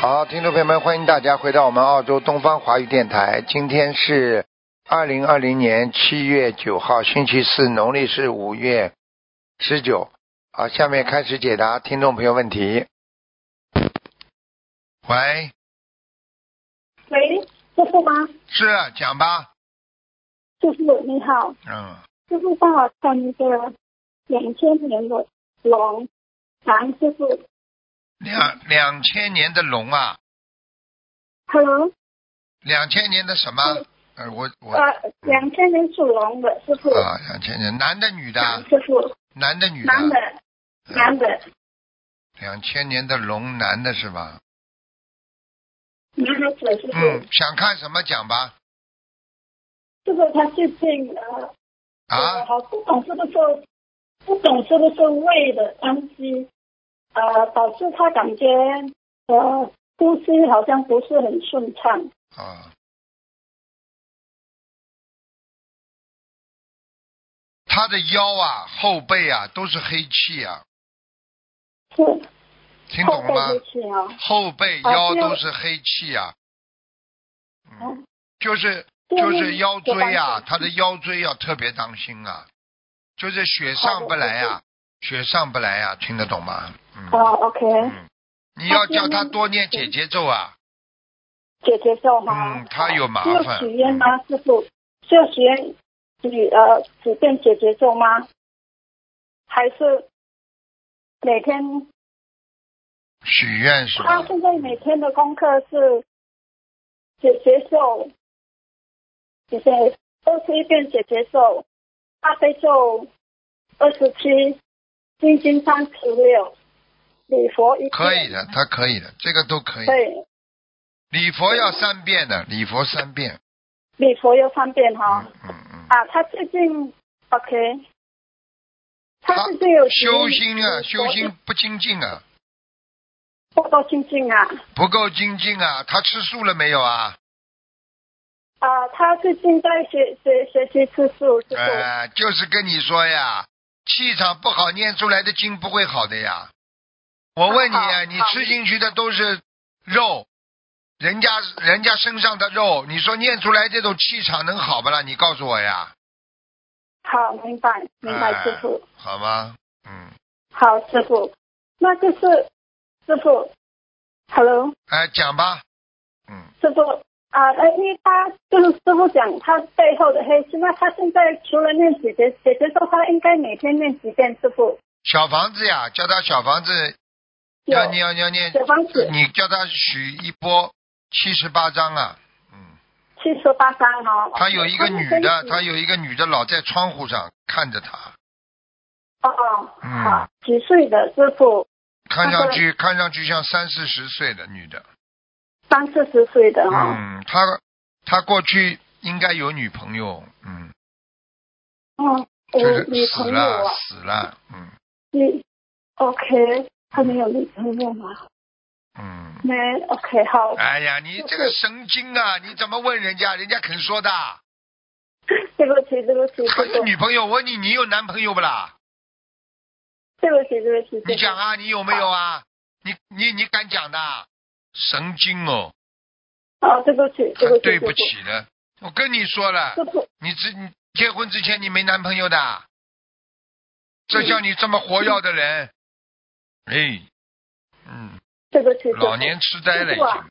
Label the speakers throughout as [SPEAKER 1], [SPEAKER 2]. [SPEAKER 1] 好，听众朋友们，欢迎大家回到我们澳洲东方华语电台。今天是二零二零年七月九号，星期四，农历是五月十九。好，下面开始解答听众朋友问题。喂，
[SPEAKER 2] 喂，师傅吗？
[SPEAKER 1] 是啊讲吧，
[SPEAKER 2] 师傅你好，
[SPEAKER 1] 嗯，
[SPEAKER 2] 师傅帮我看一个两千年的龙，感恩师傅。
[SPEAKER 1] 两两千年的龙啊，
[SPEAKER 2] Hello，
[SPEAKER 1] 两千年的什
[SPEAKER 2] 嗯
[SPEAKER 1] 么？呃，我我啊，
[SPEAKER 2] 呃，两千年属龙的师傅，
[SPEAKER 1] 两千年，男的女的啊？
[SPEAKER 2] 师傅，
[SPEAKER 1] 男啊的女的啊？
[SPEAKER 2] 嗯男的，男的，
[SPEAKER 1] 两千年的龙，男的是吧？
[SPEAKER 2] 男孩子师傅，
[SPEAKER 1] 嗯，想看什么讲吧？
[SPEAKER 2] 师傅他最近呃，
[SPEAKER 1] 啊
[SPEAKER 2] 呃，好不懂是不是，不懂是不是胃的关系，呃，导致他感觉呃呼吸好像不是很顺畅，
[SPEAKER 1] 啊，他的腰啊、后背啊都是黑气啊，
[SPEAKER 2] 是
[SPEAKER 1] 听
[SPEAKER 2] 后
[SPEAKER 1] 懂
[SPEAKER 2] 背
[SPEAKER 1] 了吗
[SPEAKER 2] 不？行啊。
[SPEAKER 1] 后背、
[SPEAKER 2] 啊
[SPEAKER 1] 腰
[SPEAKER 2] 这个
[SPEAKER 1] 都是黑气啊，
[SPEAKER 2] 嗯
[SPEAKER 1] 就是
[SPEAKER 2] 这个
[SPEAKER 1] 就是腰椎啊
[SPEAKER 2] 我，
[SPEAKER 1] 他的腰椎要特别当心啊，就是血上不来
[SPEAKER 2] 好
[SPEAKER 1] 啊，血上不来啊，听得懂吗？嗯，
[SPEAKER 2] 哦，OK，
[SPEAKER 1] 嗯，你要
[SPEAKER 2] 他现
[SPEAKER 1] 叫他
[SPEAKER 2] 在
[SPEAKER 1] 多念姐姐咒啊，
[SPEAKER 2] 姐姐受哈。
[SPEAKER 1] 嗯，他有麻
[SPEAKER 2] 就
[SPEAKER 1] 烦
[SPEAKER 2] 许，愿吗，师傅？就许愿许呃只变姐姐咒吗？还是每天？
[SPEAKER 1] 许愿是啊吧
[SPEAKER 2] 他？现在每天的功课是姐姐咒，姐姐二十一遍姐姐咒，大悲咒二十七，心经三十六，礼佛一遍。
[SPEAKER 1] 可以。的，他可以的，这个都可以。
[SPEAKER 2] 对，
[SPEAKER 1] 礼佛要三遍的，礼佛三遍。
[SPEAKER 2] 礼佛要三遍哈。
[SPEAKER 1] 嗯嗯嗯。
[SPEAKER 2] 啊，他最近 OK，他最近有
[SPEAKER 1] 修心啊，修心
[SPEAKER 2] 心
[SPEAKER 1] 不精进啊，
[SPEAKER 2] 不够精进啊。
[SPEAKER 1] 不够精进啊。他吃素了没有啊？
[SPEAKER 2] 啊，他最近在学学学习吃素，就是、
[SPEAKER 1] 呃，就是跟你说呀，气场不好，念出来的经不会好的呀。我问你
[SPEAKER 2] 好
[SPEAKER 1] 啊，你吃进去的都是肉，人家人家身上的肉，你说念出来这种气场能好不啦？你告诉我呀。
[SPEAKER 2] 好明白明白
[SPEAKER 1] 哎
[SPEAKER 2] 师傅，
[SPEAKER 1] 好吗？嗯，
[SPEAKER 2] 好师傅，那就是师傅，Hello
[SPEAKER 1] 哎，讲吧。嗯。
[SPEAKER 2] 师傅啊，那因为他就是师傅讲他背后的黑心，那他现在除了念几节姐姐说他应该每天念几遍师傅，
[SPEAKER 1] 小房子呀，叫他小房子
[SPEAKER 2] 有
[SPEAKER 1] 要念要念，
[SPEAKER 2] 小方子
[SPEAKER 1] 你叫他许一波七十八章啊。嗯，
[SPEAKER 2] 七十八章哦，
[SPEAKER 1] 他有一个女
[SPEAKER 2] 身
[SPEAKER 1] 的，
[SPEAKER 2] 体
[SPEAKER 1] 他有一个女的老在窗户上看着他，
[SPEAKER 2] 哦，
[SPEAKER 1] 嗯
[SPEAKER 2] 好，几岁的师傅？
[SPEAKER 1] 看上去看上去像三四十岁的女的。
[SPEAKER 2] 三四十岁的哦哈、
[SPEAKER 1] 嗯，他他过去应该有女朋友，嗯，
[SPEAKER 2] 哦，我
[SPEAKER 1] 就是
[SPEAKER 2] 女
[SPEAKER 1] 死
[SPEAKER 2] 朋友啊
[SPEAKER 1] 了，死了，嗯
[SPEAKER 2] 你 OK，他没有女朋友吗？
[SPEAKER 1] 嗯。
[SPEAKER 2] 没 OK，好，
[SPEAKER 1] 哎呀，你这个神经啊！你怎么问人家，人家肯说的？
[SPEAKER 2] 对不起，对不起，
[SPEAKER 1] 他
[SPEAKER 2] 师
[SPEAKER 1] 有
[SPEAKER 2] 傅，
[SPEAKER 1] 女朋友，我问哎你，你有男朋友不啦？
[SPEAKER 2] 对不起，对不起，
[SPEAKER 1] 你
[SPEAKER 2] 师
[SPEAKER 1] 讲啊，你有没有啊？你你你敢讲的啊？神经哦，
[SPEAKER 2] 傅，哦，对不起，
[SPEAKER 1] 很
[SPEAKER 2] 对不起，
[SPEAKER 1] 哎对
[SPEAKER 2] 对
[SPEAKER 1] 不，起的。我跟你说了，
[SPEAKER 2] 师傅，
[SPEAKER 1] 你之你结婚之前你没男朋友的啊，
[SPEAKER 2] 嗯
[SPEAKER 1] 这像你这么活跃的人，哎，嗯，
[SPEAKER 2] 对不起，师傅
[SPEAKER 1] 老年痴呆了已
[SPEAKER 2] 师傅啊
[SPEAKER 1] 经。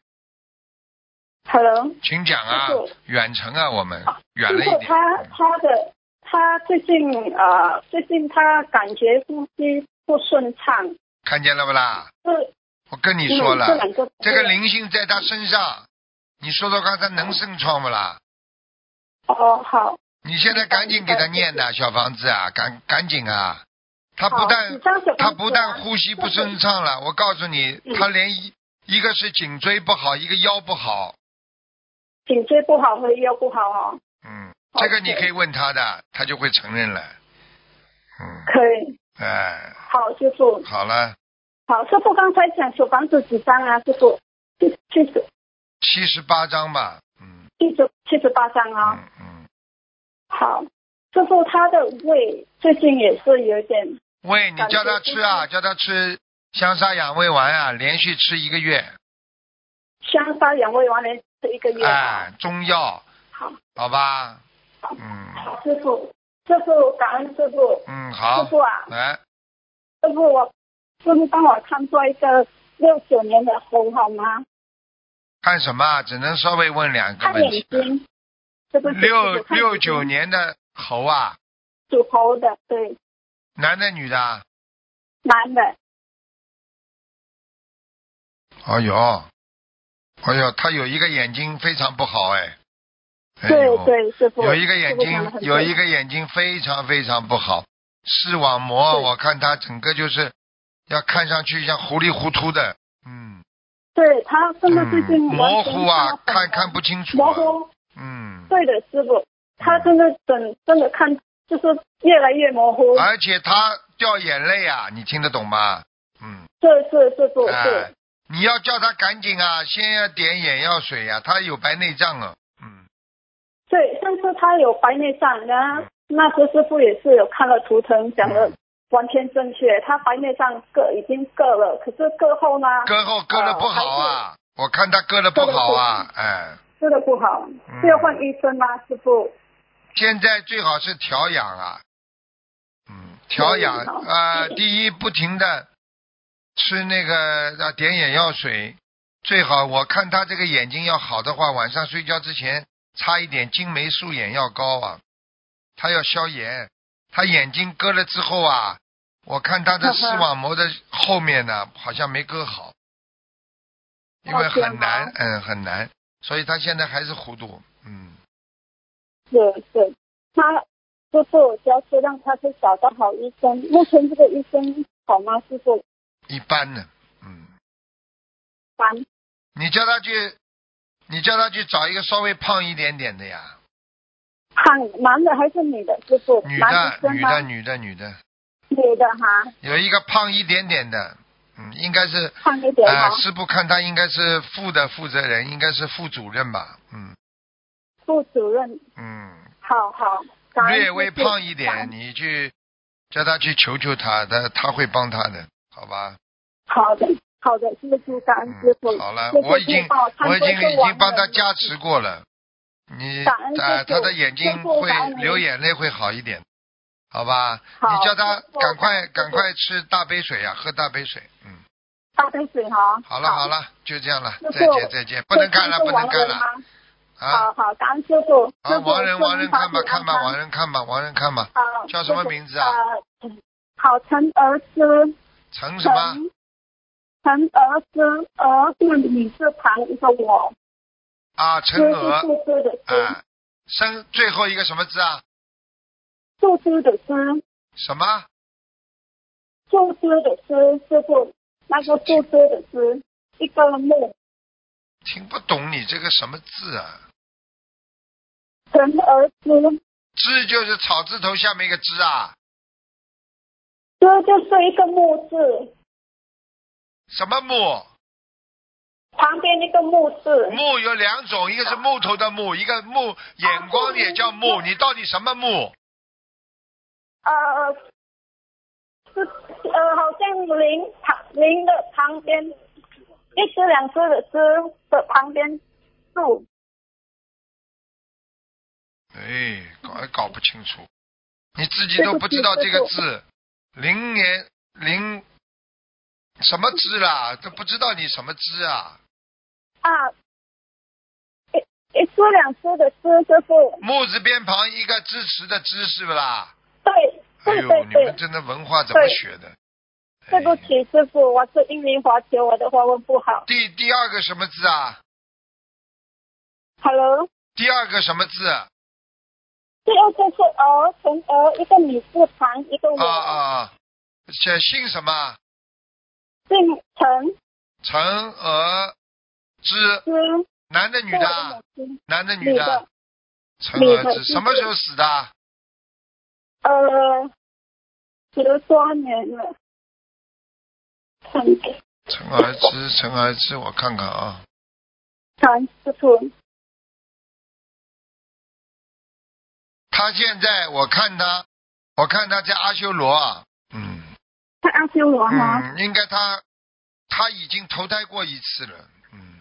[SPEAKER 2] ，Hello，
[SPEAKER 1] 请讲啊
[SPEAKER 2] 师傅，
[SPEAKER 1] 远程啊，我们远
[SPEAKER 2] 师
[SPEAKER 1] 了
[SPEAKER 2] 傅
[SPEAKER 1] 一点。嗯
[SPEAKER 2] 他他的他最近呃，最近他感觉呼吸不顺畅，
[SPEAKER 1] 看见了不啦？
[SPEAKER 2] 是
[SPEAKER 1] 我跟你说
[SPEAKER 2] 嗯这
[SPEAKER 1] 了，
[SPEAKER 2] 两个
[SPEAKER 1] 这个灵性在他身上，你说说看，他能生疮不啦？
[SPEAKER 2] 哦，好。
[SPEAKER 1] 你现在赶紧给他念呐，小房子啊，赶赶紧啊！他不但他不但
[SPEAKER 2] 啊
[SPEAKER 1] 呼吸不顺畅了，我告诉你，
[SPEAKER 2] 嗯
[SPEAKER 1] 他连一一个是颈椎不好，一个腰不好，
[SPEAKER 2] 颈椎不好和腰不好哦，
[SPEAKER 1] 嗯，
[SPEAKER 2] 好
[SPEAKER 1] 这个你
[SPEAKER 2] 对
[SPEAKER 1] 可以问他的，他就会承认了。嗯，
[SPEAKER 2] 可以。
[SPEAKER 1] 哎，
[SPEAKER 2] 好，师傅，
[SPEAKER 1] 好了，
[SPEAKER 2] 好，师傅刚才讲小房子几张啊？师傅，七七十
[SPEAKER 1] 七十八章吧，嗯
[SPEAKER 2] 七十七十八张啊。
[SPEAKER 1] 嗯嗯，
[SPEAKER 2] 好，师傅他的胃最近也是有点，
[SPEAKER 1] 喂，你叫他吃啊，叫他吃香砂养胃丸啊，连续吃一个月，
[SPEAKER 2] 香砂养胃丸连吃一个月。
[SPEAKER 1] 哎，中药，
[SPEAKER 2] 好，
[SPEAKER 1] 好吧？
[SPEAKER 2] 好
[SPEAKER 1] 嗯
[SPEAKER 2] 好，师傅，师傅，感恩师傅，
[SPEAKER 1] 嗯，
[SPEAKER 2] 师
[SPEAKER 1] 好
[SPEAKER 2] 傅，啊，
[SPEAKER 1] 来，
[SPEAKER 2] 师傅我，师傅帮我看做一个六九年的猴好吗？
[SPEAKER 1] 看什么啊？只能稍微问两个
[SPEAKER 2] 看
[SPEAKER 1] 问
[SPEAKER 2] 眼
[SPEAKER 1] 题。
[SPEAKER 2] 睛，对不起，
[SPEAKER 1] 六
[SPEAKER 2] 师傅看
[SPEAKER 1] 六
[SPEAKER 2] 眼睛
[SPEAKER 1] 九年的猴啊，
[SPEAKER 2] 属猴的，对，
[SPEAKER 1] 男的女的啊？
[SPEAKER 2] 男的，
[SPEAKER 1] 哎呦，哎呦，他有一个眼睛非常不好哎，哎
[SPEAKER 2] 对
[SPEAKER 1] 呦，
[SPEAKER 2] 对，师傅，
[SPEAKER 1] 有一个眼
[SPEAKER 2] 师傅讲得
[SPEAKER 1] 睛
[SPEAKER 2] 很对
[SPEAKER 1] 有一个眼睛非常非常不好，视网膜
[SPEAKER 2] 对
[SPEAKER 1] 我看他整个就是要看上去像糊里糊涂的，嗯，
[SPEAKER 2] 对他真的最
[SPEAKER 1] 嗯
[SPEAKER 2] 近
[SPEAKER 1] 模
[SPEAKER 2] 完全
[SPEAKER 1] 糊啊，
[SPEAKER 2] 看到
[SPEAKER 1] 看
[SPEAKER 2] 很
[SPEAKER 1] 看不嗯清楚、
[SPEAKER 2] 模
[SPEAKER 1] 啊，
[SPEAKER 2] 糊，
[SPEAKER 1] 嗯，
[SPEAKER 2] 对的，师傅，他真的整真的看就是越来越模糊，
[SPEAKER 1] 而且他掉眼泪啊，你听得懂吗？嗯，
[SPEAKER 2] 这是师傅
[SPEAKER 1] 哎、
[SPEAKER 2] 是。
[SPEAKER 1] 你要叫他赶紧啊，先要点眼药水呀、他有白内障啊，嗯，
[SPEAKER 2] 对，上次他有白内障，然后那时师傅也是有看了图腾，讲
[SPEAKER 1] 嗯
[SPEAKER 2] 的完全正确。他白内障割已经割了，可是割后呢，
[SPEAKER 1] 割后割的不好啊，我看他割的不好啊，哎。
[SPEAKER 2] 割的不好，
[SPEAKER 1] 嗯
[SPEAKER 2] 是要换医生吗？师傅，
[SPEAKER 1] 现在最好是调养啊，嗯，调养
[SPEAKER 2] 调养
[SPEAKER 1] 啊、呃
[SPEAKER 2] 嗯
[SPEAKER 1] 第一不停的吃那个啊点眼药水，最好我看他这个眼睛要好的话，晚上睡觉之前擦一点金霉素眼药膏啊，他要消炎，他眼睛割了之后啊，我看他的视网膜的后面呢好像没割好，因为
[SPEAKER 2] 哦这样
[SPEAKER 1] 很
[SPEAKER 2] 吗
[SPEAKER 1] 难，嗯，很难，所以他现在还是糊涂，嗯。
[SPEAKER 2] 是是，他师傅只要是让他去找到好医生，目前这个医生好吗？师傅，
[SPEAKER 1] 一般的，嗯，
[SPEAKER 2] 烦
[SPEAKER 1] 你叫他去，你叫他去找一个稍微胖一点点的呀，
[SPEAKER 2] 胖男的还是女的？师傅，
[SPEAKER 1] 女
[SPEAKER 2] 男
[SPEAKER 1] 的，
[SPEAKER 2] 医生
[SPEAKER 1] 女的，
[SPEAKER 2] 吗？
[SPEAKER 1] 女的，女的，
[SPEAKER 2] 女的哈，
[SPEAKER 1] 有一个胖一点点的，嗯，应该是，
[SPEAKER 2] 胖一点
[SPEAKER 1] 啊、
[SPEAKER 2] 哈，
[SPEAKER 1] 师傅看他应该是副的负责人，应该是副主任吧，嗯
[SPEAKER 2] 副主任，
[SPEAKER 1] 嗯，
[SPEAKER 2] 好好，感恩
[SPEAKER 1] 略
[SPEAKER 2] 师
[SPEAKER 1] 微
[SPEAKER 2] 父
[SPEAKER 1] 胖一
[SPEAKER 2] 感
[SPEAKER 1] 点，
[SPEAKER 2] 恩
[SPEAKER 1] 你去叫他去求求他，他他会帮他的，好吧？
[SPEAKER 2] 好的，好的，师傅，感恩师傅。
[SPEAKER 1] 嗯，好了，
[SPEAKER 2] 谢谢
[SPEAKER 1] 我已经
[SPEAKER 2] 你帮我看
[SPEAKER 1] 我已经
[SPEAKER 2] 这个
[SPEAKER 1] 已
[SPEAKER 2] 网
[SPEAKER 1] 经帮他
[SPEAKER 2] 友
[SPEAKER 1] 加持过了，你
[SPEAKER 2] 感恩
[SPEAKER 1] 呃
[SPEAKER 2] 师父
[SPEAKER 1] 他的眼睛
[SPEAKER 2] 师父
[SPEAKER 1] 会
[SPEAKER 2] 感恩
[SPEAKER 1] 流眼泪会好一点，好吧？
[SPEAKER 2] 好
[SPEAKER 1] 你叫他
[SPEAKER 2] 师父
[SPEAKER 1] 赶快
[SPEAKER 2] 感
[SPEAKER 1] 赶
[SPEAKER 2] 恩师
[SPEAKER 1] 快吃
[SPEAKER 2] 父
[SPEAKER 1] 大杯水呀、喝大杯水。嗯，
[SPEAKER 2] 大杯水哈。
[SPEAKER 1] 好了好，了，就这样了
[SPEAKER 2] 师，父
[SPEAKER 1] 再见再见，不能看了不能看
[SPEAKER 2] 了
[SPEAKER 1] 了。啊！
[SPEAKER 2] 好好，感恩师傅。
[SPEAKER 1] 啊，
[SPEAKER 2] 师父
[SPEAKER 1] 王人王人看吧
[SPEAKER 2] 祝您
[SPEAKER 1] 看吧，
[SPEAKER 2] 法
[SPEAKER 1] 王
[SPEAKER 2] 体
[SPEAKER 1] 人看吧王人看吧，
[SPEAKER 2] 安康好
[SPEAKER 1] 叫什么名字啊
[SPEAKER 2] 谢谢呃好，陈儿思，
[SPEAKER 1] 成什么？
[SPEAKER 2] 陈陈儿思，儿是女字旁一个我，
[SPEAKER 1] 啊，
[SPEAKER 2] 思
[SPEAKER 1] 陈
[SPEAKER 2] 是
[SPEAKER 1] 娥
[SPEAKER 2] 树枝的
[SPEAKER 1] 啊
[SPEAKER 2] 枝，，
[SPEAKER 1] 生最后一个什么字啊？
[SPEAKER 2] 树枝的枝，
[SPEAKER 1] 什么？
[SPEAKER 2] 树枝的枝，师傅，那个树枝的枝，一个木，
[SPEAKER 1] 听不懂你这个什么字啊？
[SPEAKER 2] 陈儿思。
[SPEAKER 1] 枝就是草字头下面一个枝啊？
[SPEAKER 2] 这就是一个木字，
[SPEAKER 1] 什么木？
[SPEAKER 2] 旁边一个木字，
[SPEAKER 1] 木有两种，一个是木头的木，一个木眼光也叫
[SPEAKER 2] 哦
[SPEAKER 1] 木。你到底什么木？
[SPEAKER 2] 呃，是呃，好像零旁零的旁边，一只两只的只的旁边树，
[SPEAKER 1] 哎，搞也搞不清楚，你自己都不知道这个字，零年零什么枝啦？都不知道你什么枝啊？
[SPEAKER 2] 啊，一一只两只的只，就是
[SPEAKER 1] 木字边旁一个支持的支，是不啦？
[SPEAKER 2] 对
[SPEAKER 1] 哎
[SPEAKER 2] 对
[SPEAKER 1] 呦，
[SPEAKER 2] 对
[SPEAKER 1] 你
[SPEAKER 2] 对
[SPEAKER 1] 们，真的文化怎么
[SPEAKER 2] 对
[SPEAKER 1] 学的？
[SPEAKER 2] 对不
[SPEAKER 1] 哎。
[SPEAKER 2] 起师傅，我是印尼华侨，我的华文不好。
[SPEAKER 1] 第第二个什么字啊？
[SPEAKER 2] Hello，
[SPEAKER 1] 第二个什么字？啊
[SPEAKER 2] 第二个是鹅，从鹅一个女字旁一个我，
[SPEAKER 1] 啊啊！写姓什么？
[SPEAKER 2] 姓陈
[SPEAKER 1] 陈娥之，
[SPEAKER 2] 之，
[SPEAKER 1] 男的女
[SPEAKER 2] 是我
[SPEAKER 1] 的
[SPEAKER 2] 的
[SPEAKER 1] 啊
[SPEAKER 2] 母？亲，
[SPEAKER 1] 男的女
[SPEAKER 2] 女的
[SPEAKER 1] 的？。陈娥
[SPEAKER 2] 女的
[SPEAKER 1] 之什么时候死的啊？
[SPEAKER 2] 呃，十多年了，很
[SPEAKER 1] 陈娥之，陈娥之，我看看啊，
[SPEAKER 2] 感恩师傅，
[SPEAKER 1] 他现在我看他，我看他在阿修罗啊，嗯
[SPEAKER 2] 看阿啊修罗哈，
[SPEAKER 1] 嗯，应该他他已经投胎过一次了，嗯，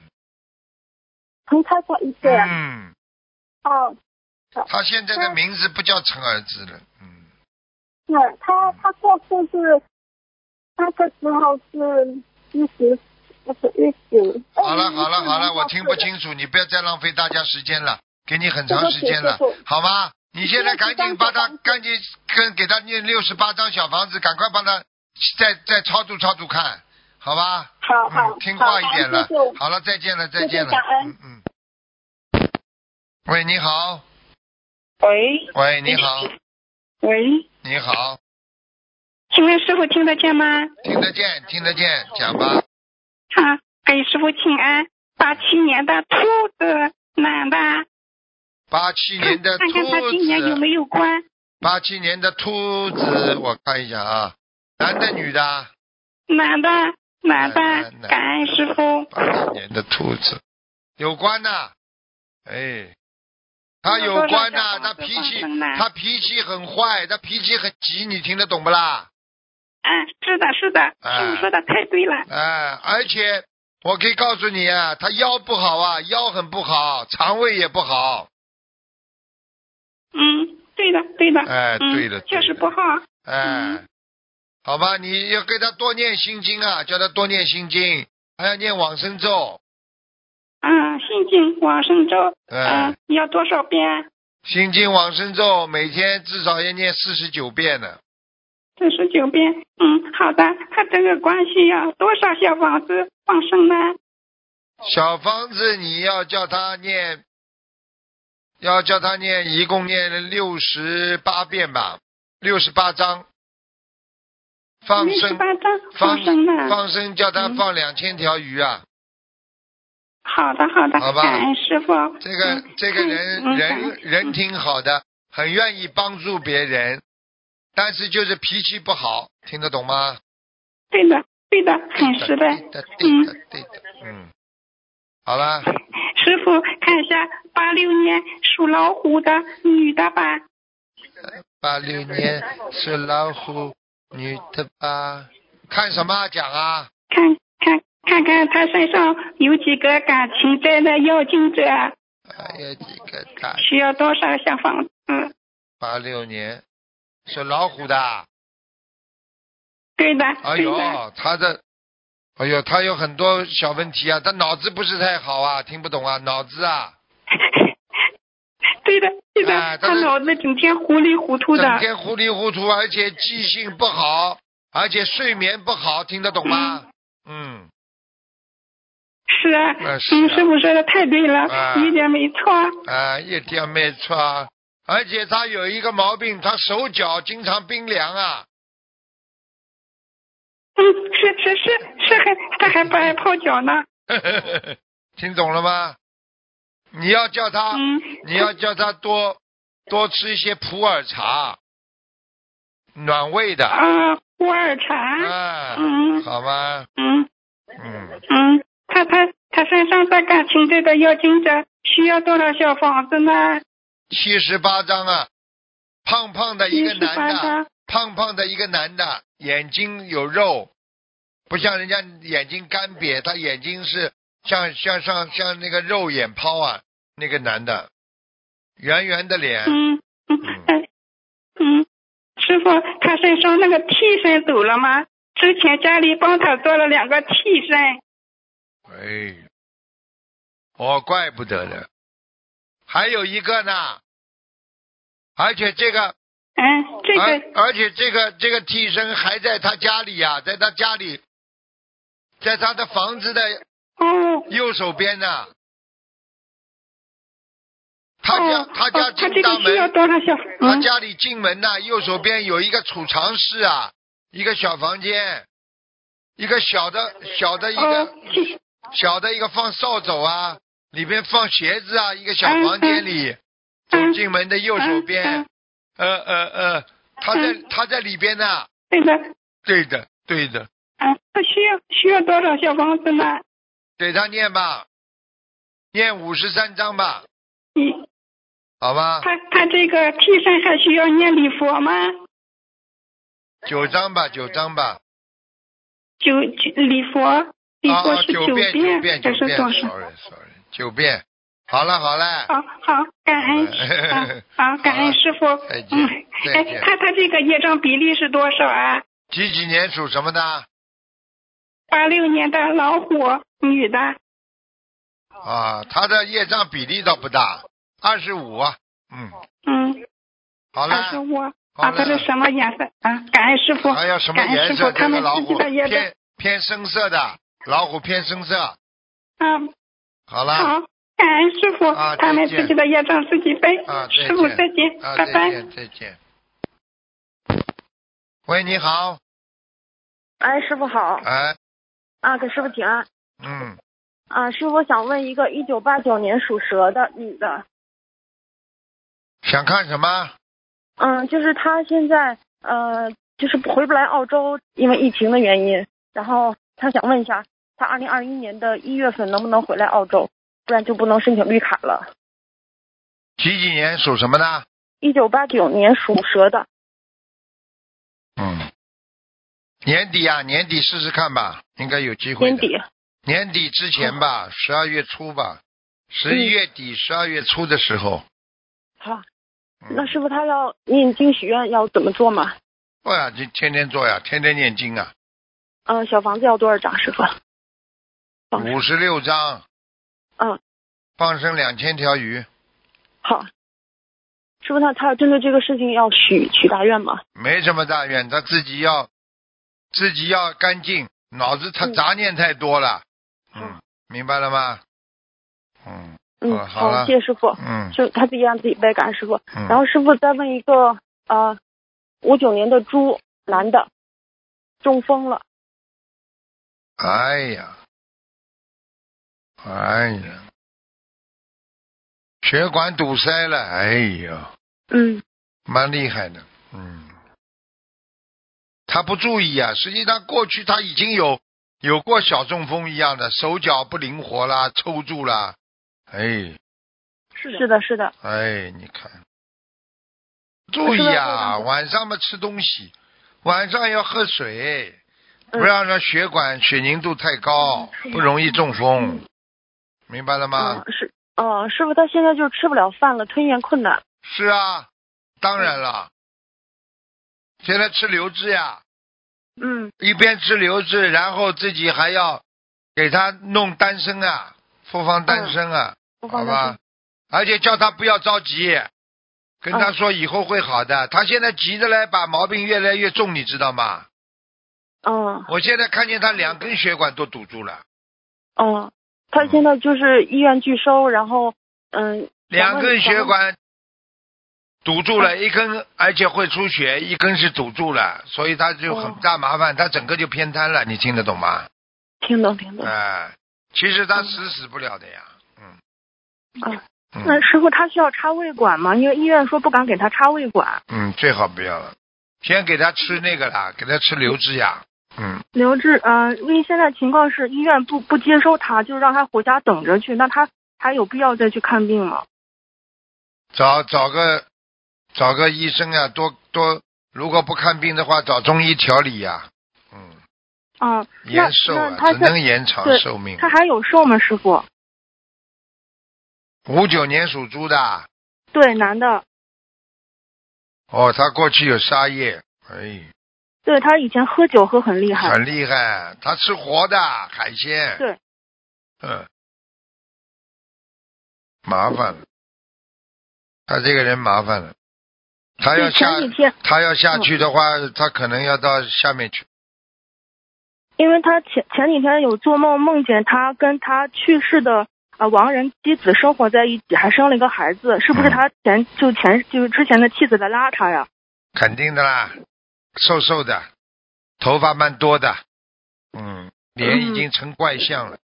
[SPEAKER 2] 陈开过一遍。
[SPEAKER 1] 嗯，
[SPEAKER 2] 哦，
[SPEAKER 1] 他现在的名字不叫陈儿子了，嗯，
[SPEAKER 2] 是他他过世是那个时候是一十，不是一九。
[SPEAKER 1] 好了好了好了，我听不
[SPEAKER 2] 2014年过世的。
[SPEAKER 1] 清楚，你不要再浪费大家时间了，给你很长时间了
[SPEAKER 2] 对不起师，
[SPEAKER 1] 好吗？你现在赶紧把他赶紧跟给他念六十八张小房子，赶快帮他再再超度超度看，好吧？
[SPEAKER 2] 好好
[SPEAKER 1] 嗯，，听话一点了
[SPEAKER 2] 好谢谢我。
[SPEAKER 1] 好了，再见了，再
[SPEAKER 2] 谢谢
[SPEAKER 1] 见了
[SPEAKER 2] 感。恩
[SPEAKER 1] 嗯嗯。喂，你好。
[SPEAKER 3] 喂
[SPEAKER 1] 喂，你好，
[SPEAKER 3] 喂，
[SPEAKER 1] 你好，
[SPEAKER 3] 请问师傅听得见吗？
[SPEAKER 1] 听得见，听得见，讲吧。
[SPEAKER 3] 啊，给师傅请安。八七年的兔子男的，
[SPEAKER 1] 八七年的呃兔
[SPEAKER 3] 看看他今年有
[SPEAKER 1] 子，
[SPEAKER 3] 没有关？
[SPEAKER 1] 八七年的兔子，我看一下啊，男的女的啊？
[SPEAKER 3] 男的，男
[SPEAKER 1] 男的
[SPEAKER 3] 的，感恩师傅。
[SPEAKER 1] 八七年的兔子，有关呐、哎，他有关呐、他脾气，他脾气很坏，他脾气很急，你听得懂不啦？
[SPEAKER 3] 嗯，是的，是的，师
[SPEAKER 1] 哎
[SPEAKER 3] 傅说的太对了。
[SPEAKER 1] 哎，而且我可以告诉你啊，他腰不好啊，腰很不好，肠胃也不好，
[SPEAKER 3] 嗯，对的，对的。
[SPEAKER 1] 哎
[SPEAKER 3] 嗯
[SPEAKER 1] 对的
[SPEAKER 3] 确
[SPEAKER 1] 对
[SPEAKER 3] 实
[SPEAKER 1] 的
[SPEAKER 3] 不好。嗯
[SPEAKER 1] 哎，好吧，你要给他多念心经啊，叫他多念心经，还要念往生咒，
[SPEAKER 3] 嗯，心经往生咒，
[SPEAKER 1] 哎，
[SPEAKER 3] 嗯，要多少遍？
[SPEAKER 1] 心经往生咒每天至少要念四十九遍呢。
[SPEAKER 3] 四十九遍。嗯，好的。他这个关系要多少小房子放生呢？
[SPEAKER 1] 小房子你要叫他念，要叫他念，一共念六十八遍吧，六十八章。放
[SPEAKER 3] 六十
[SPEAKER 1] 生，
[SPEAKER 3] 八张
[SPEAKER 1] 放
[SPEAKER 3] 放生啊呢？
[SPEAKER 1] 放生，叫他放两千条鱼啊！
[SPEAKER 3] 好的，好的，
[SPEAKER 1] 好吧
[SPEAKER 3] 感恩师傅。
[SPEAKER 1] 这个
[SPEAKER 3] 嗯
[SPEAKER 1] 这个
[SPEAKER 3] 嗯
[SPEAKER 1] 人
[SPEAKER 3] 嗯
[SPEAKER 1] 人人挺好的，很愿意帮助别人，但是就是脾气不好，听得懂吗？
[SPEAKER 3] 对的，对的，很实
[SPEAKER 1] 对
[SPEAKER 3] 在。
[SPEAKER 1] 嗯的，对的，对的，嗯。好了，
[SPEAKER 3] 师傅看一下八六年属老虎的女的吧，
[SPEAKER 1] 八六年是老虎女的吧？看什么啊讲啊？
[SPEAKER 3] 看看看看她身上有几个感情债的要经者，
[SPEAKER 1] 还有哎几个大？
[SPEAKER 3] 需要多少小房子？
[SPEAKER 1] 八六年是老虎的啊。
[SPEAKER 3] 对的，
[SPEAKER 1] 哎
[SPEAKER 3] 对的，
[SPEAKER 1] 呦，他的，哎呦，他有很多小问题啊，他脑子不是太好啊，听不懂啊，脑子啊。
[SPEAKER 3] 对的，对
[SPEAKER 1] 哎
[SPEAKER 3] 的，
[SPEAKER 1] 但
[SPEAKER 3] 她
[SPEAKER 1] 是
[SPEAKER 3] 脑子整天糊里糊涂
[SPEAKER 1] 整
[SPEAKER 3] 的。
[SPEAKER 1] 天糊里糊涂，而且记性不好，而且睡眠不好，听得懂吗？嗯，
[SPEAKER 3] 是啊，
[SPEAKER 1] 呃是
[SPEAKER 3] 嗯，
[SPEAKER 1] 啊
[SPEAKER 3] 师傅说的太对
[SPEAKER 1] 哎
[SPEAKER 3] 了，一点没错。
[SPEAKER 1] 啊，一点没错啊。而且他有一个毛病，他手脚经常冰凉啊。
[SPEAKER 3] 嗯，是是是是，还他还不爱泡脚呢。
[SPEAKER 1] 听懂了吗？你要叫他，
[SPEAKER 3] 嗯，
[SPEAKER 1] 啊你要叫他多多吃一些普洱茶，暖胃的。
[SPEAKER 3] 啊，普洱茶，
[SPEAKER 1] 啊，
[SPEAKER 3] 嗯
[SPEAKER 1] 好吗？
[SPEAKER 3] 嗯
[SPEAKER 1] 嗯，
[SPEAKER 3] 嗯，他他他身上的感情这个要经者需要多少小房子呢？
[SPEAKER 1] 七十八张啊，胖胖的一
[SPEAKER 3] 一
[SPEAKER 1] 个
[SPEAKER 3] 十
[SPEAKER 1] 男
[SPEAKER 3] 八
[SPEAKER 1] 的。
[SPEAKER 3] 张，
[SPEAKER 1] 胖胖的一个男的，眼睛有肉，不像人家眼睛干瘪，他眼睛是像像像像那个肉眼泡啊，那个男的，圆圆的脸，
[SPEAKER 3] 嗯嗯嗯嗯，师傅，他身上那个替身走了吗？之前家里帮他做了两个替身，
[SPEAKER 1] 哎，哦，怪不得的，还有一个呢，而且这个，
[SPEAKER 3] 嗯，这
[SPEAKER 1] 而
[SPEAKER 3] 个
[SPEAKER 1] 而且这个这个替身还在他家里呀、在他家里，在他的房子的
[SPEAKER 3] 哦。
[SPEAKER 1] 右手边呢、他家、
[SPEAKER 3] 哦
[SPEAKER 1] 他家
[SPEAKER 3] 哦他这
[SPEAKER 1] 进大
[SPEAKER 3] 个需
[SPEAKER 1] 门，
[SPEAKER 3] 要多少小？
[SPEAKER 1] 他
[SPEAKER 3] 嗯，
[SPEAKER 1] 家里进门呐、右手边有一个储藏室啊，一个小房间，一个小的小的一个、
[SPEAKER 3] 哦，替
[SPEAKER 1] 小的一个放扫帚啊，里边放鞋子啊，一个小房间里，
[SPEAKER 3] 嗯
[SPEAKER 1] 走进门的右手边
[SPEAKER 3] 嗯，
[SPEAKER 1] 呃呃呃，他在
[SPEAKER 3] 嗯
[SPEAKER 1] 他在里边呢、
[SPEAKER 3] 对的，
[SPEAKER 1] 对的对的，
[SPEAKER 3] 嗯，他需要需要多少小房子呢？
[SPEAKER 1] 给他念吧，念五十三章吧，
[SPEAKER 3] 你
[SPEAKER 1] 好吧，
[SPEAKER 3] 他他这个替身还需要念礼佛吗？
[SPEAKER 1] 九章吧九章吧。
[SPEAKER 3] 九九礼佛，礼
[SPEAKER 1] 啊
[SPEAKER 3] 佛
[SPEAKER 1] 啊，
[SPEAKER 3] 是
[SPEAKER 1] 九
[SPEAKER 3] 遍
[SPEAKER 1] 九遍，
[SPEAKER 3] 还
[SPEAKER 1] 啊九
[SPEAKER 3] 是
[SPEAKER 1] 遍啊
[SPEAKER 3] 多
[SPEAKER 1] ，sorry
[SPEAKER 3] 少？哦
[SPEAKER 1] sorry，九遍，好了好了，
[SPEAKER 3] 好好，感恩， 嗯好，感恩师傅。
[SPEAKER 1] 啊再见
[SPEAKER 3] 嗯，
[SPEAKER 1] 再
[SPEAKER 3] 哎
[SPEAKER 1] 见，
[SPEAKER 3] 他他这个业障比例是多少啊？
[SPEAKER 1] 几几年属什么的？
[SPEAKER 3] 八六年的老虎女的，
[SPEAKER 1] 啊，他的业障比例倒不大，二十五啊，嗯，
[SPEAKER 3] 嗯，
[SPEAKER 1] 好
[SPEAKER 3] 二十
[SPEAKER 1] 了，
[SPEAKER 3] 五。
[SPEAKER 1] 好
[SPEAKER 3] 啊，它是
[SPEAKER 1] 了，
[SPEAKER 3] 什么颜色？啊，感恩师傅，
[SPEAKER 1] 还有什么
[SPEAKER 3] 感恩
[SPEAKER 1] 颜
[SPEAKER 3] 师
[SPEAKER 1] 色？
[SPEAKER 3] 傅，
[SPEAKER 1] 这
[SPEAKER 3] 他
[SPEAKER 1] 个
[SPEAKER 3] 们
[SPEAKER 1] 老
[SPEAKER 3] 自己
[SPEAKER 1] 虎
[SPEAKER 3] 的业障。
[SPEAKER 1] 偏偏深色的，老虎偏深色，
[SPEAKER 3] 嗯，
[SPEAKER 1] 好了，
[SPEAKER 3] 好，感恩师傅，
[SPEAKER 1] 啊
[SPEAKER 3] 他们
[SPEAKER 1] 再见
[SPEAKER 3] 自己的业障自己背。
[SPEAKER 1] 啊再见
[SPEAKER 3] 师傅再见，
[SPEAKER 1] 啊，
[SPEAKER 3] 拜
[SPEAKER 1] 再
[SPEAKER 3] 拜。
[SPEAKER 1] 见再见。喂，你好，
[SPEAKER 4] 哎，师傅好
[SPEAKER 1] 哎，
[SPEAKER 4] 啊，给师傅请安
[SPEAKER 1] 嗯，
[SPEAKER 4] 啊，师傅想问一个一九八九年属蛇的女的，
[SPEAKER 1] 想看什么？
[SPEAKER 4] 嗯，就是她现在呃，就是回不来澳洲，因为疫情的原因，然后她想问一下，她二零二一年的一月份能不能回来澳洲，不然就不能申请绿卡了。
[SPEAKER 1] 几几年属什么的？
[SPEAKER 4] 一九八九年属蛇的，
[SPEAKER 1] 嗯，年底啊，年底试试看吧，应该有机会
[SPEAKER 4] 年
[SPEAKER 1] 的。
[SPEAKER 4] 底，
[SPEAKER 1] 年底之前
[SPEAKER 3] 哦
[SPEAKER 1] 吧，十二月初吧，十
[SPEAKER 3] 嗯
[SPEAKER 1] 一月底、十二月初的时候。
[SPEAKER 4] 好，
[SPEAKER 1] 嗯
[SPEAKER 4] 那师傅她要念经许愿要怎么做嘛？
[SPEAKER 1] 不呀，就天天做呀，天天念经啊，
[SPEAKER 4] 嗯、小房子要多少张，师傅？放生
[SPEAKER 1] 五十六章。
[SPEAKER 4] 嗯。
[SPEAKER 1] 放生两千条鱼，
[SPEAKER 4] 好，师傅，那她要针对这个事情要许许大愿吗？
[SPEAKER 1] 没什么大愿，他自己要自己要干净，脑子他
[SPEAKER 4] 嗯
[SPEAKER 1] 杂念太多了。嗯
[SPEAKER 4] 好，
[SPEAKER 1] 明白了吗？嗯
[SPEAKER 4] 嗯，
[SPEAKER 1] 嗯好了
[SPEAKER 4] 谢谢师傅。
[SPEAKER 1] 嗯
[SPEAKER 4] 就他自己让自己背，感恩师傅。
[SPEAKER 1] 嗯。
[SPEAKER 4] 然后师傅再问一个，呃，五九年的猪，男的，中风了，
[SPEAKER 1] 哎呀，哎呀，血管堵塞了，哎呀，
[SPEAKER 4] 嗯，
[SPEAKER 1] 蛮厉害的，嗯。他不注意啊，实际上过去他已经有有过小中风一样的，手脚不灵活啦，抽住啦，哎
[SPEAKER 4] 是的，是的，是的，
[SPEAKER 1] 哎，你 看，注意啊，晚上嘛吃东西，晚上要喝水，
[SPEAKER 4] 嗯
[SPEAKER 1] 不要让血管血凝度太高，不容易中风，明白了吗？
[SPEAKER 4] 哎嗯，是，嗯、师傅他现在就是吃不了饭了，吞咽困难，
[SPEAKER 1] 是啊，当然了，现在吃流质呀，
[SPEAKER 4] 嗯，
[SPEAKER 1] 一边吃流质，然后自己还要给他弄丹参啊，复方丹
[SPEAKER 4] 嗯
[SPEAKER 1] 参啊，
[SPEAKER 4] 不
[SPEAKER 1] 好
[SPEAKER 4] 方便
[SPEAKER 1] 吧
[SPEAKER 4] 说，？
[SPEAKER 1] 而且叫他不要着急，跟他说以后会好的。他现在急着来，把毛病越来越重，你知道吗？
[SPEAKER 4] 嗯
[SPEAKER 1] 我现在看见他两根血管都堵住了，
[SPEAKER 4] 嗯，他现在就是医院拒收，然后嗯，
[SPEAKER 1] 两根血管堵住了，一根而且会出血，一根是堵住了，所以他就很大麻烦，他整个就偏瘫了，你听得懂吗？
[SPEAKER 4] 听懂听懂，
[SPEAKER 1] 哎、其实他死死不了的呀，嗯
[SPEAKER 4] 嗯，那
[SPEAKER 1] 嗯
[SPEAKER 4] 师傅他需要插胃管吗？因为医院说不敢给他插胃管，
[SPEAKER 1] 嗯，最好不要了，先给他吃那个啦，给他吃流质呀，嗯。
[SPEAKER 4] 刘志，呃，因为现在情况是医院不不接收他，就让他回家等着去。那他还有必要再去看病吗？
[SPEAKER 1] 找找个找个医生啊，多多，如果不看病的话，找中医调理呀、嗯，
[SPEAKER 4] 啊、
[SPEAKER 1] 延寿
[SPEAKER 4] 那
[SPEAKER 1] 啊，
[SPEAKER 4] 他
[SPEAKER 1] 只
[SPEAKER 4] 是
[SPEAKER 1] 能延长
[SPEAKER 4] 对
[SPEAKER 1] 寿命
[SPEAKER 4] 他。还有瘦吗，师傅？
[SPEAKER 1] 五九年属猪的啊，
[SPEAKER 4] 对，男的，
[SPEAKER 1] 哦，他过去有沙业，哎，
[SPEAKER 4] 对他以前喝酒喝很厉害。
[SPEAKER 1] 很厉害，他吃活的海鲜。
[SPEAKER 4] 啊对。
[SPEAKER 1] 嗯。麻烦了，他这个人麻烦了，他要
[SPEAKER 4] 对，
[SPEAKER 1] 下
[SPEAKER 4] 前嗯几天，
[SPEAKER 1] 他要下去的话，他可能要到下面去。
[SPEAKER 4] 因为他前前几天有做梦，梦见他跟他去世的呃亡人妻子生活在一起，还生了一个孩子，是不是
[SPEAKER 1] 嗯
[SPEAKER 4] 他前就前就是之前的妻子在拉他呀？
[SPEAKER 1] 肯定的啦，瘦瘦的，头发蛮多的，嗯，脸已经成怪相了。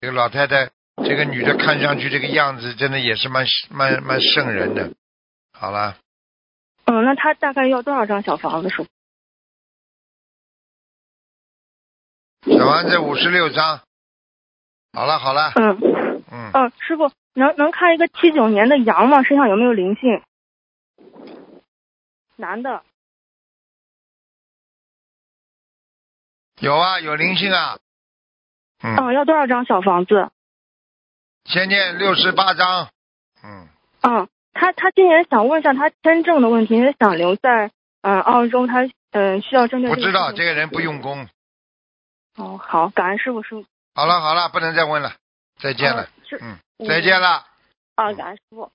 [SPEAKER 1] 这个老太太，这个女的看上去这个样子，真的也是蛮蛮蛮瘆人的。好了，
[SPEAKER 4] 嗯，那他大概要多少张小房子，师傅？
[SPEAKER 1] 小丸子五十六章，好了好了，
[SPEAKER 4] 嗯。
[SPEAKER 1] 嗯，
[SPEAKER 5] 哦
[SPEAKER 4] 嗯，师傅，能能看一个七九年的羊吗？身上有没有灵性？男的，
[SPEAKER 1] 有啊，有灵性啊，嗯，嗯
[SPEAKER 4] 哦
[SPEAKER 5] 哦
[SPEAKER 4] 嗯，要多少张小房子？
[SPEAKER 1] 先念六十八章。嗯，
[SPEAKER 5] 嗯，他他今年想问一下他签证的问题，因为想留在嗯、呃澳洲，他嗯、呃需要针对
[SPEAKER 1] 不
[SPEAKER 5] 个
[SPEAKER 1] 知道
[SPEAKER 5] 事
[SPEAKER 1] 这
[SPEAKER 5] 情
[SPEAKER 1] 个人不用功。
[SPEAKER 5] 哦，好，感恩师傅师傅
[SPEAKER 1] 好了好了，不能再问了，再见了
[SPEAKER 4] 哦
[SPEAKER 5] 啊。是
[SPEAKER 1] 嗯，
[SPEAKER 5] 嗯
[SPEAKER 1] 再见了。
[SPEAKER 5] 啊，感恩师傅。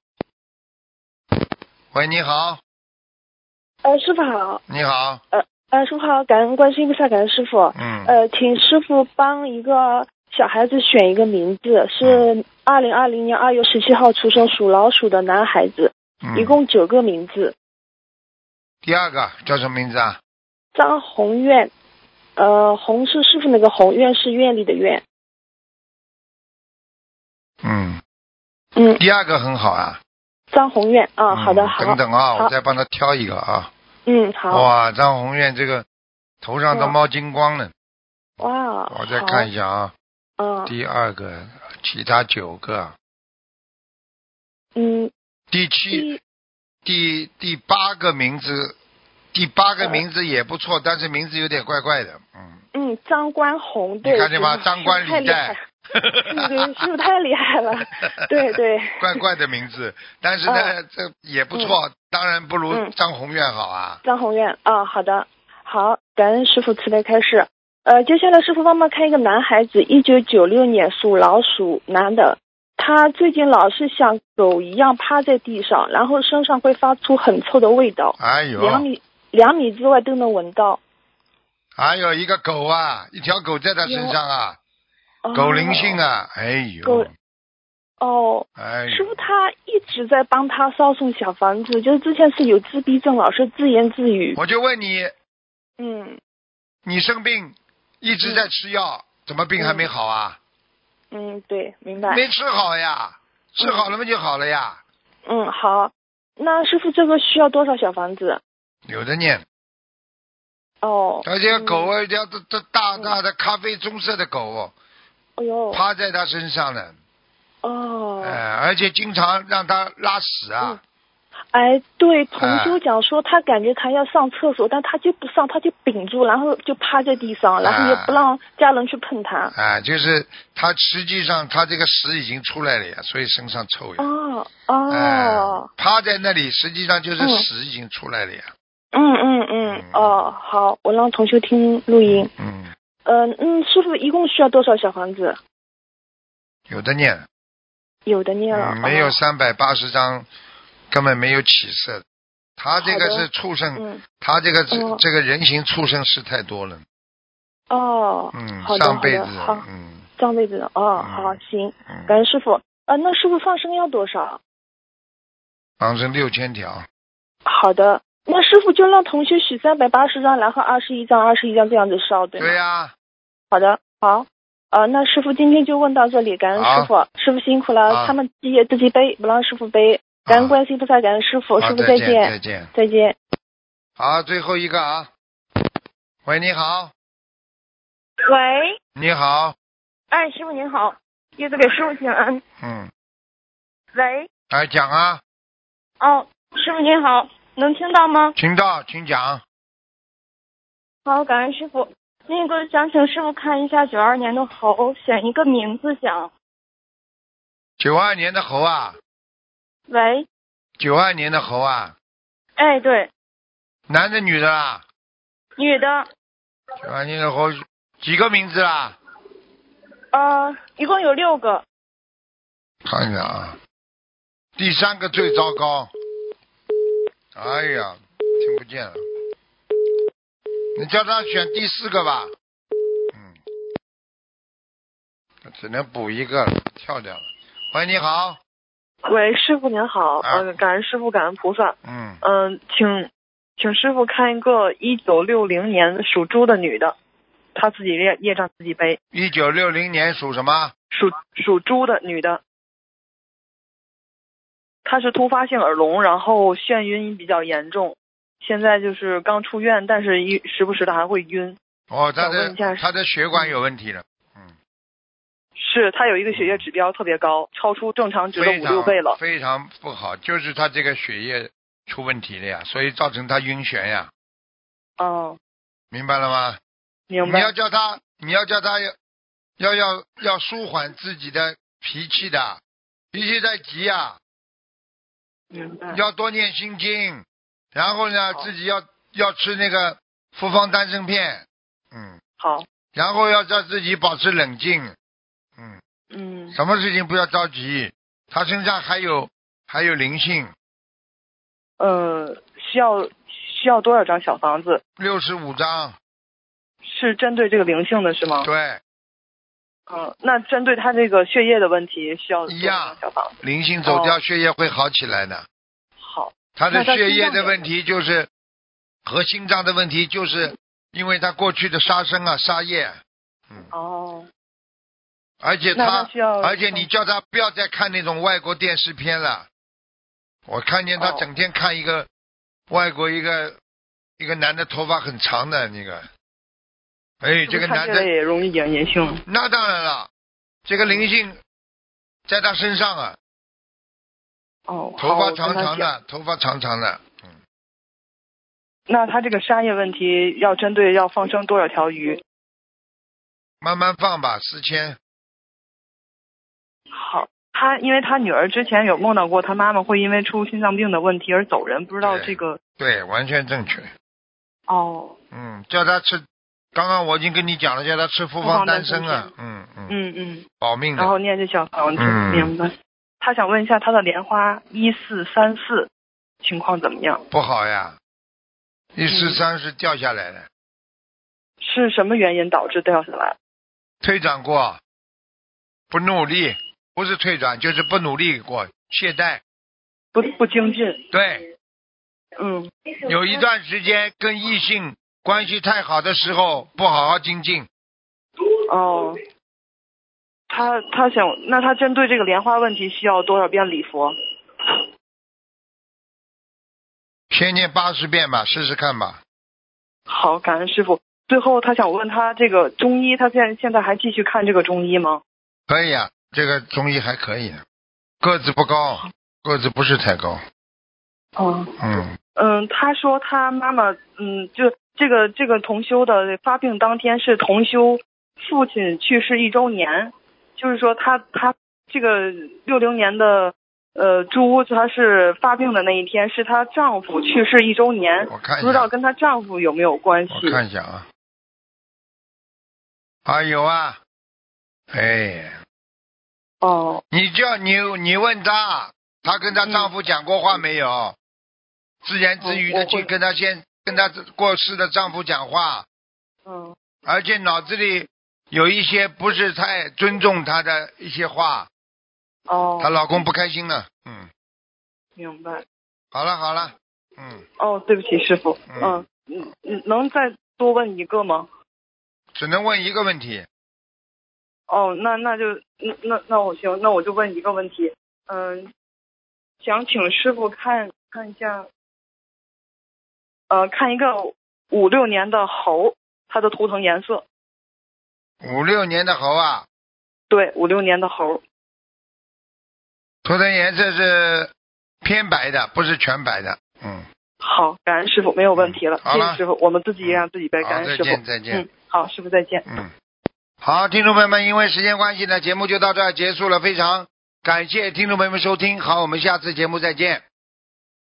[SPEAKER 1] 喂，你好，
[SPEAKER 4] 呃，师傅好，
[SPEAKER 1] 你好。
[SPEAKER 4] 呃，师傅好，感恩观世音菩萨，感恩师傅。
[SPEAKER 1] 嗯，
[SPEAKER 4] 呃，请师傅帮一个小孩子选一个名字，
[SPEAKER 1] 嗯
[SPEAKER 4] 是二零二零年二月十七号出生，属老鼠的男孩子，
[SPEAKER 1] 嗯
[SPEAKER 4] 一共九个名字，
[SPEAKER 1] 第二个叫什么名字啊？
[SPEAKER 4] 张宏愿，呃，宏是师傅那个宏，愿是愿力的愿，
[SPEAKER 1] 嗯，
[SPEAKER 4] 嗯，
[SPEAKER 1] 第二个很好啊。
[SPEAKER 4] 张宏愿啊，
[SPEAKER 1] 嗯
[SPEAKER 4] 好的，好，
[SPEAKER 1] 等等啊，
[SPEAKER 4] 好
[SPEAKER 1] 我再帮他挑一个啊。
[SPEAKER 4] 嗯，好，
[SPEAKER 1] 哇，张红艳这个头上都
[SPEAKER 4] 哇
[SPEAKER 1] 冒金光了，
[SPEAKER 4] 哇，
[SPEAKER 1] 我再看一下啊。
[SPEAKER 4] 好，嗯
[SPEAKER 1] 第二个，其他九个，啊
[SPEAKER 4] 嗯，
[SPEAKER 1] 第七、
[SPEAKER 4] 第
[SPEAKER 1] 第第八个名字，第八个名字也不错，但是名字有点怪怪的，嗯。
[SPEAKER 4] 嗯张关宏，对，
[SPEAKER 1] 你看见吗
[SPEAKER 4] 师？傅
[SPEAKER 1] 张冠
[SPEAKER 4] 太
[SPEAKER 1] 李
[SPEAKER 4] 厉害
[SPEAKER 1] 戴
[SPEAKER 4] 了，。对嗯对，师傅太厉害了，对对，
[SPEAKER 1] 怪怪的名字，但是呢，这也不错，当然不如
[SPEAKER 4] 嗯
[SPEAKER 1] 张红艳好啊。
[SPEAKER 4] 张宏愿啊、好的，好，感恩师傅慈悲开示。呃，接下来师傅帮忙看一个男孩子，一九九六年属老鼠，男的。他最近老是像狗一样趴在地上，然后身上会发出很臭的味道，
[SPEAKER 1] 哎
[SPEAKER 4] 两
[SPEAKER 1] 呦，
[SPEAKER 4] 米两米之外都能闻到。
[SPEAKER 1] 还有一个狗
[SPEAKER 4] 哎
[SPEAKER 1] 啊，一条狗在他身上啊，
[SPEAKER 4] 哦
[SPEAKER 1] 狗灵性！啊，哎呦
[SPEAKER 4] 狗，哦，
[SPEAKER 1] 哎呦，
[SPEAKER 4] 师傅他一直在帮他烧送小房子，就是之前是有自闭症，老是自言自语。
[SPEAKER 1] 我就问你，
[SPEAKER 4] 嗯
[SPEAKER 1] 你生病一直在吃药，怎么病还没好啊？
[SPEAKER 4] 嗯，对，明白。
[SPEAKER 1] 没吃好呀，吃好了嘛就好了呀。
[SPEAKER 4] 嗯，好。那师傅这个需要多少小房子？
[SPEAKER 1] 有的念，
[SPEAKER 4] 嗯哦，
[SPEAKER 1] 而且
[SPEAKER 4] 嗯
[SPEAKER 1] 狗啊，这这这大大的咖啡棕色的狗哦
[SPEAKER 4] 哎呦，
[SPEAKER 1] 趴在他身上呢，
[SPEAKER 4] 哦，
[SPEAKER 1] 哎，而且经常让他拉屎啊，
[SPEAKER 4] 哎，对，同修讲说他感觉他要上厕所，但他就不上，他就屏住，然后就趴在地上，然后也不让家人去碰他。
[SPEAKER 1] 哎，就是他实际上他这个屎已经出来了呀，所以身上臭呀。
[SPEAKER 4] 哦
[SPEAKER 1] 哎
[SPEAKER 4] 哦，，
[SPEAKER 1] 趴在那里实际上就是
[SPEAKER 4] 嗯
[SPEAKER 1] 屎已经出来了呀。
[SPEAKER 4] 嗯嗯嗯，哦，好，我让同修听录音。
[SPEAKER 1] 嗯，
[SPEAKER 4] 嗯、嗯，师傅一共需要多少小房子？
[SPEAKER 1] 有的念，
[SPEAKER 4] 有的念了，
[SPEAKER 1] 嗯，没有
[SPEAKER 4] 哦
[SPEAKER 1] 三百八十张，根本没有起色。他这个
[SPEAKER 4] 好的
[SPEAKER 1] 是畜生，
[SPEAKER 4] 嗯，
[SPEAKER 1] 他这个是、
[SPEAKER 4] 哦
[SPEAKER 1] 这个人形畜生是太多了，
[SPEAKER 4] 哦，
[SPEAKER 1] 嗯，
[SPEAKER 4] 好的
[SPEAKER 1] 上辈子
[SPEAKER 4] 好的好，
[SPEAKER 1] 嗯
[SPEAKER 4] 上辈子的哦，
[SPEAKER 1] 嗯
[SPEAKER 4] 好，行，感
[SPEAKER 1] 嗯，
[SPEAKER 4] 恩师傅。啊，那师傅放生要多少？
[SPEAKER 1] 放生六千条，
[SPEAKER 4] 好的，那师傅就让同学许三百八十张，然后二十一张、二十一张这样子烧，对吗？
[SPEAKER 1] 对呀、
[SPEAKER 4] 好的，好。呃，那师傅今天就问到这里，感恩
[SPEAKER 1] 好
[SPEAKER 4] 师傅，师傅辛苦了，
[SPEAKER 1] 好
[SPEAKER 4] 他们自己也自己背，不让师傅背。感恩观世音菩萨，感恩师傅，
[SPEAKER 1] 好
[SPEAKER 4] 师傅
[SPEAKER 1] 再见再
[SPEAKER 4] 见，
[SPEAKER 1] 见。
[SPEAKER 4] 再见。
[SPEAKER 1] 好，最后一个啊，喂，你好，
[SPEAKER 6] 喂，
[SPEAKER 1] 你好，
[SPEAKER 6] 哎，师傅您好，弟子给师傅请安。
[SPEAKER 1] 嗯，
[SPEAKER 6] 喂，
[SPEAKER 1] 来讲啊，
[SPEAKER 6] 哦，师傅您好，能听到吗？
[SPEAKER 1] 听到，请讲，
[SPEAKER 6] 好，感恩师傅。那个想请师傅看一下九二年的猴，选一个名字想。
[SPEAKER 1] 九二年的猴啊，
[SPEAKER 6] 喂，
[SPEAKER 1] 九二年的猴啊，
[SPEAKER 6] 哎，对，
[SPEAKER 1] 男的女的啦，
[SPEAKER 6] 女的，
[SPEAKER 1] 九二年的猴几个名字啊啦？
[SPEAKER 6] 呃，一共有六个。
[SPEAKER 1] 看一下啊，第三个最糟糕。哎呀，听不见了。你叫他选第四个吧。嗯，他只能补一个了，跳掉了。喂，你好。
[SPEAKER 7] 喂，师傅您好，
[SPEAKER 1] 啊
[SPEAKER 7] 呃，感恩师傅，感恩菩萨，
[SPEAKER 1] 嗯，
[SPEAKER 7] 嗯、请请师傅看一个一九六零年属猪的女的，她自己业业障自己背，
[SPEAKER 1] 一九六零年属什么？
[SPEAKER 7] 属属猪的女的，她是突发性耳聋，然后眩晕比较严重，现在就是刚出院，但是一时不时的还会晕，
[SPEAKER 1] 哦，他
[SPEAKER 7] 想问
[SPEAKER 1] 的
[SPEAKER 7] 一下
[SPEAKER 1] 他的血管有问题了，
[SPEAKER 7] 是她有一个血液指标特别高，超出正常值的
[SPEAKER 1] 非
[SPEAKER 7] 五六倍
[SPEAKER 1] 常
[SPEAKER 7] 了，
[SPEAKER 1] 非常不好，就是他这个血液出问题了呀，所以造成他晕眩呀，
[SPEAKER 7] 嗯，
[SPEAKER 1] 明白了吗？
[SPEAKER 7] 明
[SPEAKER 1] 你要
[SPEAKER 7] 白，
[SPEAKER 1] 叫他，你要叫他要要要要舒缓自己的脾气的，脾气太急呀、
[SPEAKER 7] 明白。
[SPEAKER 1] 要多念心经，然后呢，
[SPEAKER 7] 好
[SPEAKER 1] 自己要要吃那个复方丹参片，嗯，
[SPEAKER 7] 好，
[SPEAKER 1] 然后要叫自己保持冷静，嗯，
[SPEAKER 7] 嗯，
[SPEAKER 1] 什么事情不要着急，他身上还有还有灵性，
[SPEAKER 7] 呃，需要需要多少张小房子？
[SPEAKER 1] 六十五张，
[SPEAKER 7] 是针对这个灵性的是
[SPEAKER 4] 哦
[SPEAKER 7] 吗？
[SPEAKER 1] 对，
[SPEAKER 7] 嗯，那针对他这个血液的问题需要多
[SPEAKER 1] 一
[SPEAKER 7] 少
[SPEAKER 1] 样
[SPEAKER 7] 张小房子？
[SPEAKER 1] 灵性走掉，血液会好起来的。
[SPEAKER 7] 好，
[SPEAKER 1] 他的
[SPEAKER 7] 那他
[SPEAKER 1] 血
[SPEAKER 7] 心
[SPEAKER 1] 液
[SPEAKER 7] 脏
[SPEAKER 1] 的
[SPEAKER 7] 有
[SPEAKER 1] 问题就是和心脏的问题，就是因为他过去的杀生啊、杀业，嗯，
[SPEAKER 7] 哦，
[SPEAKER 1] 而且
[SPEAKER 7] 那
[SPEAKER 1] 他
[SPEAKER 7] 他需要，嗯
[SPEAKER 1] 而且你叫他不要再看那种外国电视片了。我看见他
[SPEAKER 7] 哦
[SPEAKER 1] 整天看一个、外国一个一个男的头发很长的那个，哎，
[SPEAKER 7] 是
[SPEAKER 1] 这
[SPEAKER 7] 不是
[SPEAKER 1] 个
[SPEAKER 7] 看
[SPEAKER 1] 男
[SPEAKER 7] 这
[SPEAKER 1] 的
[SPEAKER 7] 个也容易引人性。
[SPEAKER 1] 那当然了，这个灵性在他身上啊，
[SPEAKER 7] 哦，好
[SPEAKER 1] 头发
[SPEAKER 7] 我跟
[SPEAKER 1] 长
[SPEAKER 7] 他
[SPEAKER 1] 长
[SPEAKER 7] 讲
[SPEAKER 1] 的，头发长长的，嗯，
[SPEAKER 7] 那他这个商业问题要针对要放生多少条鱼？
[SPEAKER 1] 慢慢放吧，四千，
[SPEAKER 7] 好，他因为他女儿之前有梦到过，他妈妈会因为出心脏病的问题而走人，不知道
[SPEAKER 1] 对
[SPEAKER 7] 这个
[SPEAKER 1] 对，完全正确。
[SPEAKER 7] 哦，
[SPEAKER 1] 嗯，叫他吃，刚刚我已经跟你讲了，叫他吃复
[SPEAKER 7] 复方
[SPEAKER 1] 方丹
[SPEAKER 7] 丹参
[SPEAKER 1] 参啊，嗯嗯，
[SPEAKER 7] 嗯嗯，
[SPEAKER 1] 保命
[SPEAKER 7] 然后
[SPEAKER 1] 的。
[SPEAKER 7] 念这小房子，
[SPEAKER 1] 嗯
[SPEAKER 7] 明白。他想问一下他的莲花一四三四情况怎么样？
[SPEAKER 1] 不好呀，
[SPEAKER 7] 嗯
[SPEAKER 1] 一四三是掉下来的，
[SPEAKER 7] 是什么原因导致掉下来？
[SPEAKER 1] 退转过，不努力，不是退转就是不努力过，懈怠。
[SPEAKER 7] 不不精进，
[SPEAKER 1] 对，
[SPEAKER 7] 嗯，
[SPEAKER 1] 有一段时间跟异性关系太好的时候，不好好精进，
[SPEAKER 7] 哦。他他想，那他针对这个莲花问题需要多少遍礼佛？
[SPEAKER 1] 先念八十遍吧，试试看吧。
[SPEAKER 7] 好，感恩师傅。最后，他想问他这个中医，他现在现在还继续看这个中医吗？
[SPEAKER 1] 可以啊，这个中医还可以，啊个子不高，个子不是太高，
[SPEAKER 7] 哦，
[SPEAKER 1] 嗯。
[SPEAKER 7] 嗯，他说他妈妈，嗯，就这个这个同修的发病当天是同修父亲去世一周年，就是说他他这个六零年的呃猪，他是发病的那一天是她丈夫去世一周年，
[SPEAKER 1] 我看一
[SPEAKER 7] 不知道
[SPEAKER 1] 下，
[SPEAKER 7] 跟她丈夫有没有关系？
[SPEAKER 1] 我看一下啊。啊，有啊，哎，
[SPEAKER 7] 哦，
[SPEAKER 1] 你叫你你问她，她跟她丈夫讲过话没有？自言自语
[SPEAKER 7] 嗯我
[SPEAKER 1] 的
[SPEAKER 7] 我会
[SPEAKER 1] 去跟她先跟她过世的丈夫讲话，
[SPEAKER 7] 嗯，
[SPEAKER 1] 而且脑子里有一些不是太尊重她的一些话，她
[SPEAKER 7] 哦，
[SPEAKER 1] 老公不开心了。嗯，
[SPEAKER 7] 明白。
[SPEAKER 1] 好了好了，嗯，
[SPEAKER 7] 哦，对不起，师傅。
[SPEAKER 1] 嗯
[SPEAKER 7] 嗯嗯嗯，能再多问一个吗？
[SPEAKER 1] 只能问一个问题，
[SPEAKER 7] 哦，那那就那那那我行，那我就问一个问题。嗯，想请师傅看看一下，呃，看一个五六年的猴，它的图腾颜色。
[SPEAKER 1] 五六年的猴啊，
[SPEAKER 7] 对，五六年的猴。
[SPEAKER 1] 涂的颜色是偏白的，不是全白的。嗯。
[SPEAKER 7] 好，感恩师傅，没有问题了。
[SPEAKER 1] 好
[SPEAKER 7] 谢
[SPEAKER 1] 了嗯
[SPEAKER 7] 谢师傅，我们自己让自己背。
[SPEAKER 1] 好
[SPEAKER 7] 感恩
[SPEAKER 1] 再
[SPEAKER 7] 师傅
[SPEAKER 1] 见，再见
[SPEAKER 7] 嗯，好，师傅再见。
[SPEAKER 1] 嗯，好，听众朋友们，因为时间关系呢，节目就到这儿结束了。非常感谢听众朋友们收听，好，我们下次节目再见。